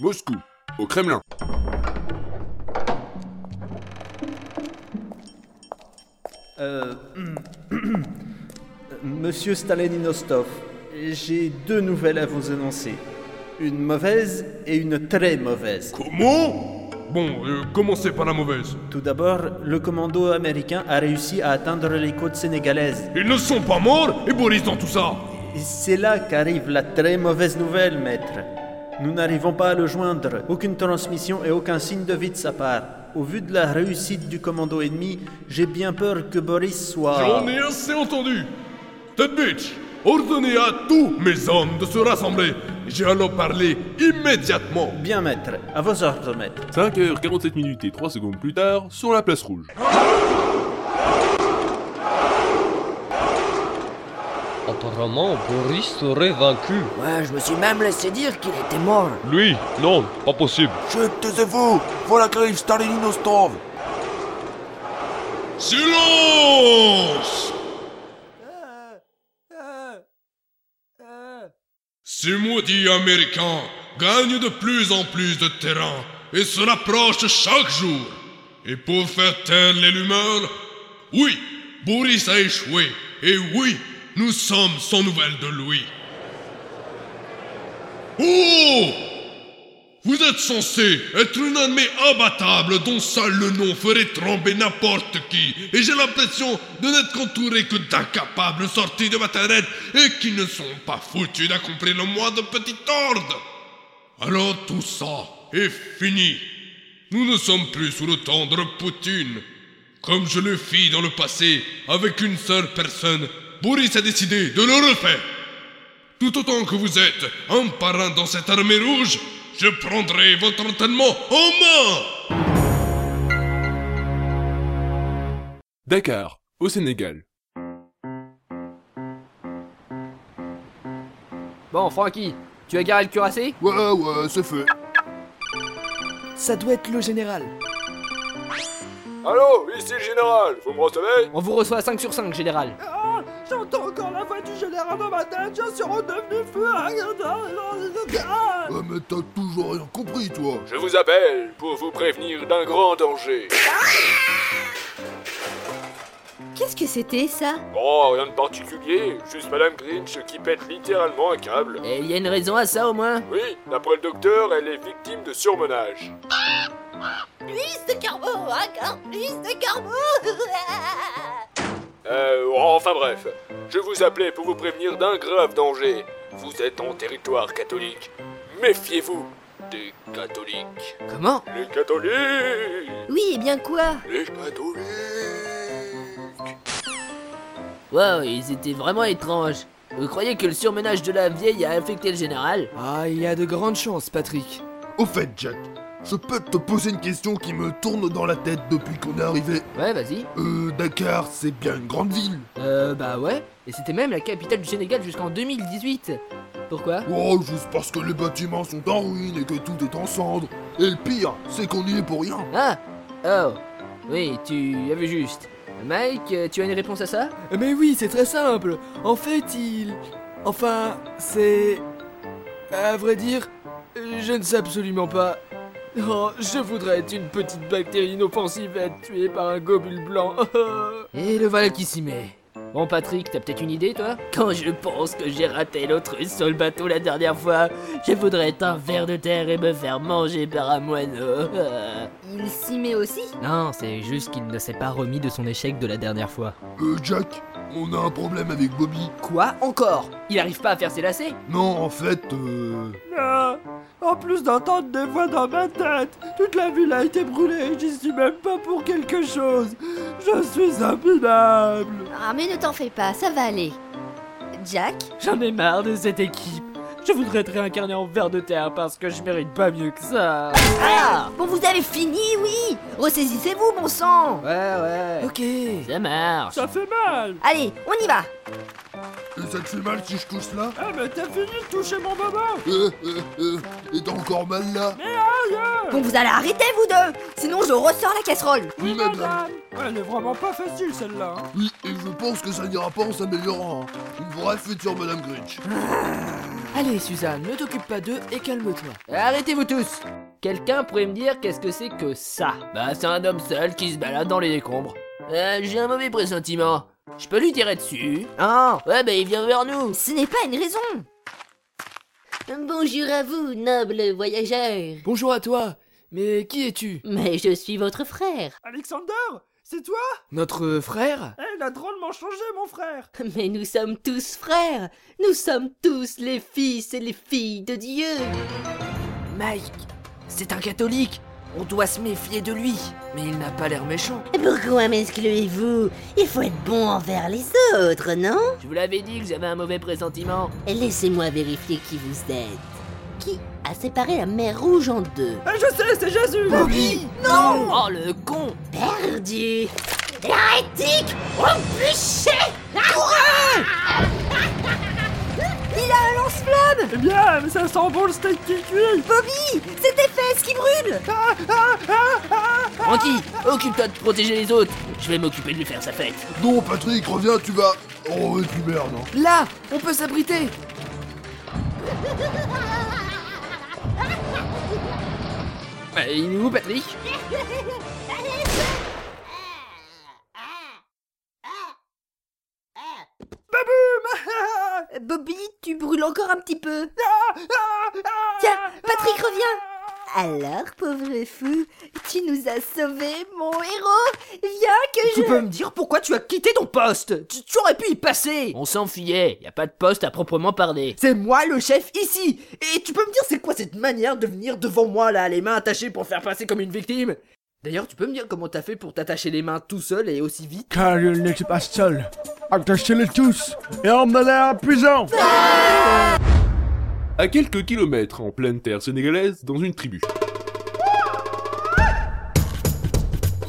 Moscou, au Kremlin. Euh, Monsieur Stalininostov, j'ai deux nouvelles à vous annoncer. Une mauvaise et une très mauvaise. Comment Bon, euh, commencez par la mauvaise. Tout d'abord, le commando américain a réussi à atteindre les côtes sénégalaises. Ils ne sont pas morts et Boris dans tout ça Et C'est là qu'arrive la très mauvaise nouvelle, maître. Nous n'arrivons pas à le joindre. Aucune transmission et aucun signe de vie de sa part. Au vu de la réussite du commando ennemi, j'ai bien peur que Boris soit... J'en ai assez entendu Ted Beach, ordonnez à tous mes hommes de se rassembler. J'ai à leur parler immédiatement. Bien, maître. À vos ordres, maître. 5h47 minutes et 3 secondes plus tard, sur la place rouge. Apparemment, Boris serait vaincu. Ouais, je me suis même laissé dire qu'il était mort. Lui Non, pas possible. Chut, taisez-vous Voilà qu'arrive Stalininostov Silence Ces maudits Américains gagnent de plus en plus de terrain et se rapprochent chaque jour. Et pour faire taire les rumeurs, oui, Boris a échoué. Et oui, nous sommes sans nouvelles de lui. Oh vous êtes censé être une armée abattable dont seul le nom ferait trembler n'importe qui, et j'ai l'impression de n'être entouré que d'incapables sortis de maternelle et qui ne sont pas foutus d'accomplir le moindre petit ordre. Alors tout ça est fini. Nous ne sommes plus sous le tendre Poutine. Comme je le fis dans le passé avec une seule personne, Boris a décidé de le refaire. Tout autant que vous êtes un parrain dans cette armée rouge, je prendrai votre entraînement en main Dakar, au Sénégal. Bon, Francky, tu as garé le cuirassé Ouais, ouais, c'est fait. Ça doit être le général. Allô, ici le général, vous me recevez On vous reçoit à 5 sur 5, général. J'entends encore la voix du général dans ma tête, je suis redevenu fou. Ouais, mais t'as toujours rien compris, toi. Je vous appelle pour vous prévenir d'un grand danger. Qu'est-ce que c'était ça Bon, Oh, rien de particulier, juste Madame Grinch qui pète littéralement un câble. Et il y a une raison à ça au moins Oui, d'après le docteur, elle est victime de surmenage. Plus de carbo, encore plus de carbo Euh, enfin bref, je vous appelais pour vous prévenir d'un grave danger. Vous êtes en territoire catholique. Méfiez-vous des catholiques. Comment Les catholiques Oui, et bien quoi Les catholiques Wow, ils étaient vraiment étranges. Vous croyez que le surmenage de la vieille a affecté le général Ah, il y a de grandes chances, Patrick. Au fait, Jack, je peux te poser une question qui me tourne dans la tête depuis qu'on est arrivé. Ouais, vas-y. Euh, Dakar, c'est bien une grande ville. Euh, bah ouais. Et c'était même la capitale du Sénégal jusqu'en 2018. Pourquoi Oh, juste parce que les bâtiments sont en ruine et que tout est en cendres. Et le pire, c'est qu'on y est pour rien. Ah Oh Oui, tu avais juste. Mike, euh, tu as une réponse à ça Mais Eh ben oui, c'est très simple. En fait, il. Enfin, c'est. À vrai dire, je ne sais absolument pas. Oh, je voudrais être une petite bactérie inoffensive à être tuée par un gobule blanc. Et le voilà qui s'y met. Bon Patrick, t'as peut-être une idée toi Quand je pense que j'ai raté l'autruche sur le bateau la dernière fois, je voudrais être un ver de terre et me faire manger par un moineau. Il s'y met aussi non, c'est juste qu'il ne s'est pas remis de son échec de la dernière fois. Euh, Jack, on a un problème avec Bobby. Quoi Encore Il arrive pas à faire ses lacets Non, en fait, euh... Ah, En plus d'entendre des voix dans ma tête, toute la ville a été brûlée, j'y suis même pas pour quelque chose. Je suis impinable. Ah, mais ne t'en fais pas, ça va aller. Jack J'en ai marre de cette équipe. Je voudrais être réincarné en ver de terre parce que je mérite pas mieux que ça. Ah Eh, Bon, vous avez fini, oui Ressaisissez-vous, bon sang Ouais, ouais. Ok. Ça marche. Ça fait mal. Allez, on y va Et ça te fait mal si je touche là Ah, mais t'as fini de toucher mon baba. Euh, euh, euh, et t'as encore mal là Bon, vous allez arrêter, vous deux Sinon, je ressors la casserole Oui, madame. Elle est vraiment pas facile celle-là. hein. Oui, et je pense que ça n'ira pas en s'améliorant. hein. Une vraie future Madame Grinch. Allez, Suzanne, ne t'occupe pas d'eux et calme-toi. Arrêtez-vous tous Quelqu'un pourrait me dire qu'est-ce que c'est que ça Bah c'est un homme seul qui se balade dans les décombres. Euh, j'ai un mauvais pressentiment. Je peux lui tirer dessus. Ah Ouais bah il vient vers nous Ce n'est pas une raison Bonjour à vous, noble voyageur Bonjour à toi, mais qui es-tu Mais je suis votre frère Alexander C'est toi Notre frère Eh, il a drôlement changé, mon frère Mais nous sommes tous frères Nous sommes tous les fils et les filles de Dieu Mike, c'est un catholique. On doit se méfier de lui. Mais il n'a pas l'air méchant. Pourquoi m'excluez-vous Il faut être bon envers les autres, non Je vous l'avais dit que j'avais un mauvais pressentiment. Laissez-moi vérifier qui vous êtes. Qui a séparé la mer rouge en deux Ah, je sais, c'est Jésus Bobby Non Oh le con Perdu Hérétique Au bûcher Il a un lance-flamme Eh bien, mais ça sent bon le steak qui est cuit Bobby C'est tes fesses qui brûlent Ah, ah, ah, ah Francky, occupe-toi de protéger les autres. Je vais m'occuper de lui faire sa fête. Non, Patrick, reviens, tu vas. Oh, et puis merde. hein. Là, on peut s'abriter Bah, il est où Patrick Euh, Bobby, tu brûles encore un petit peu. Ah, Tiens, Patrick, reviens. Alors, pauvre fou, tu nous as sauvés, mon héros. Viens que je... Tu peux me dire pourquoi tu as quitté ton poste tu, tu aurais pu y passer On s'en fuyait, y a pas de poste à proprement parler. C'est moi le chef ici Et tu peux me dire c'est quoi cette manière de venir devant moi là, les mains attachées pour faire passer comme une victime D'ailleurs, tu peux me dire comment t'as fait pour t'attacher les mains tout seul et aussi vite Car il n'était pas seul. Attachez-les tous et emmenez-les à la prison À quelques kilomètres en pleine terre sénégalaise, dans une tribu.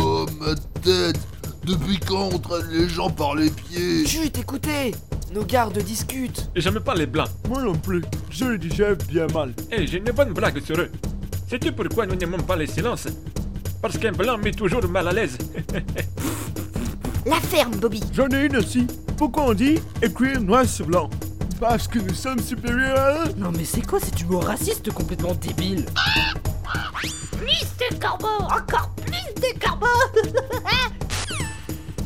Oh, ma tête. Depuis quand on traîne les gens par les pieds Chut, écoutez Nos gardes discutent. J'aime pas les blancs. Moi non plus, je le disais bien mal. Et j'ai une bonne blague sur eux. Sais-tu pourquoi nous n'aimons pas les silences Parce qu'un blanc met toujours mal à l'aise. La ferme, Bobby. J'en ai une aussi. Pourquoi on dit écrire noir sur blanc Parce que nous sommes supérieurs à eux Non mais c'est quoi cet humour raciste complètement débile Plus de corbeaux, encore plus de corbeaux.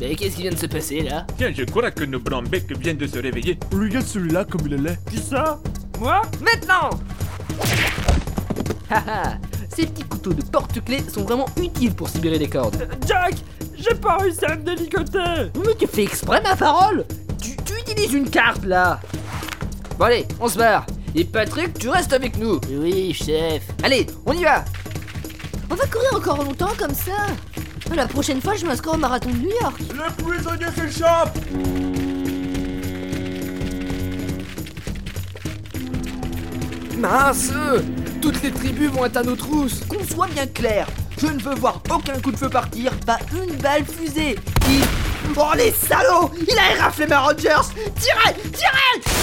Mais qu'est-ce qui vient de se passer là Tiens, je crois que nos blancs becs viennent de se réveiller. Regarde celui-là comme il est laid. Qui ça Moi Maintenant Haha Ah, Ces petits couteaux de porte-clés sont vraiment utiles pour libérer des cordes. Euh, Jack J'ai pas réussi à me délicoter Mais tu fais exprès ma parole tu, tu utilises une carte là Bon allez, on se barre Et Patrick, tu restes avec nous Oui, chef Allez, on y va On va courir encore longtemps comme ça. Ah, La prochaine fois, je m'inscris au marathon de New York. Le prisonnier s'échappe Mince Toutes les tribus vont être à nos trousses Qu'on soit bien clair, je ne veux voir aucun coup de feu partir, pas une balle fusée. Il... Oh les salauds Il a éraflé ma Rogers Tirez Tirez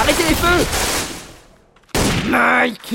Arrêtez les feux Mike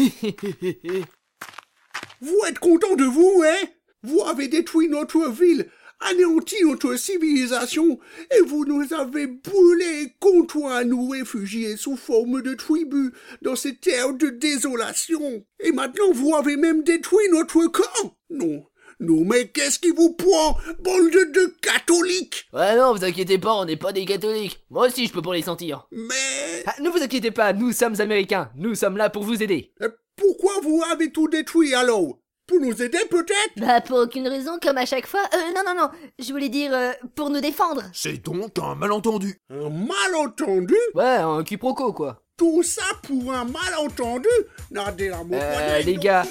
Vous êtes content de vous, hein Vous avez détruit notre ville, anéanti notre civilisation, et vous nous avez brûlés contre à nous réfugiés sous forme de tribus dans ces terres de désolation. Et maintenant vous avez même détruit notre camp Non, non, mais qu'est-ce qui vous prend, bande de catholiques Ouais non, vous inquiétez pas, on n'est pas des catholiques. Moi aussi, je peux pas les sentir. Mais... Ah, Ne vous inquiétez pas, nous sommes américains, nous sommes là pour vous aider. euh, Pourquoi vous avez tout détruit alors Pour nous aider peut-être Bah, pour aucune raison, comme à chaque fois. Euh, non, non, non. Je voulais dire, euh, pour nous défendre. C'est donc un malentendu. Un malentendu Ouais, un quiproquo quoi. Tout ça pour un malentendu Nadez la Euh, les gars,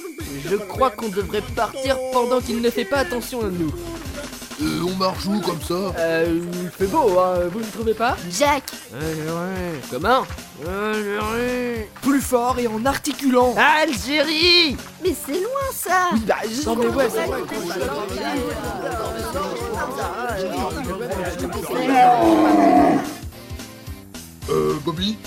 je crois qu'on devrait partir pendant qu'il ne fait pas attention à nous. Et Euh, on marche où comme ça Euh, il fait beau, hein, vous ne trouvez pas Jack, Comment Plus fort et en articulant. Algérie mais c'est loin ça. Bah, je non, mais ouais, c'est vrai. Euh, Bobby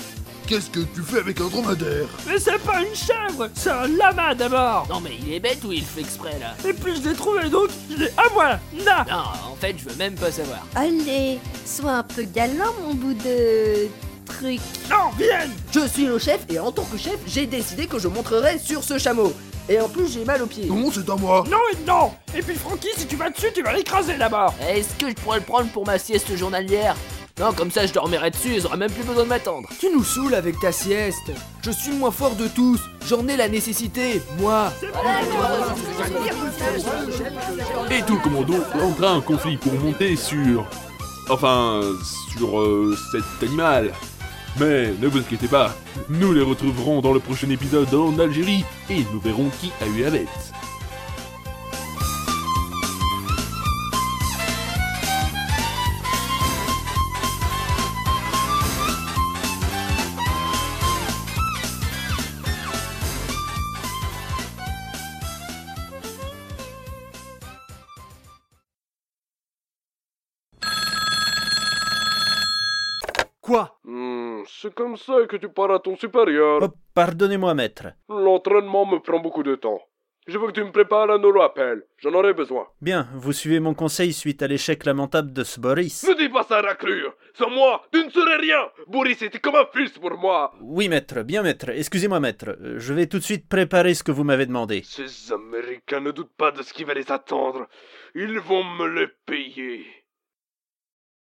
Qu'est-ce que tu fais avec un dromadaire Mais c'est pas une chèvre, c'est un lama d'abord Non mais il est bête ou il fait exprès là Et puis je l'ai trouvé donc, il est Ah, à moi Na Non, en fait, je veux même pas savoir. Allez, sois un peu galant, mon bout de. truc. Non, viens Je suis le chef et en tant que chef, j'ai décidé que je montrerai sur ce chameau. Et en plus, j'ai mal aux pieds. Non, c'est à moi Non et non Et puis Francky, si tu vas dessus, tu vas l'écraser d'abord Eh, Est-ce que je pourrais le prendre pour ma sieste journalière Non, comme ça, je dormirai dessus, ils auraient même plus besoin de m'attendre. Tu nous saoules avec ta sieste. Je suis le moins fort de tous. J'en ai la nécessité, moi. Et tout le commando entra en conflit pour monter sur... Enfin, sur euh, cet animal. Mais ne vous inquiétez pas, nous les retrouverons dans le prochain épisode en Algérie et nous verrons qui a eu la bête. Quoi Hmm, c'est comme ça que tu parles à ton supérieur. Oh, Pardonnez-moi, maître. L'entraînement me prend beaucoup de temps. Je veux que tu me prépares un nouveau appel. J'en aurai besoin. Bien, vous suivez mon conseil suite à l'échec lamentable de ce Boris. Ne dis pas ça, Raclure. Sans moi, tu ne serais rien. Boris était comme un fils pour moi. Oui, maître, bien, maître. Excusez-moi, maître. Euh, Je vais tout de suite préparer ce que vous m'avez demandé. Ces Américains ne doutent pas de ce qui va les attendre. Ils vont me le payer.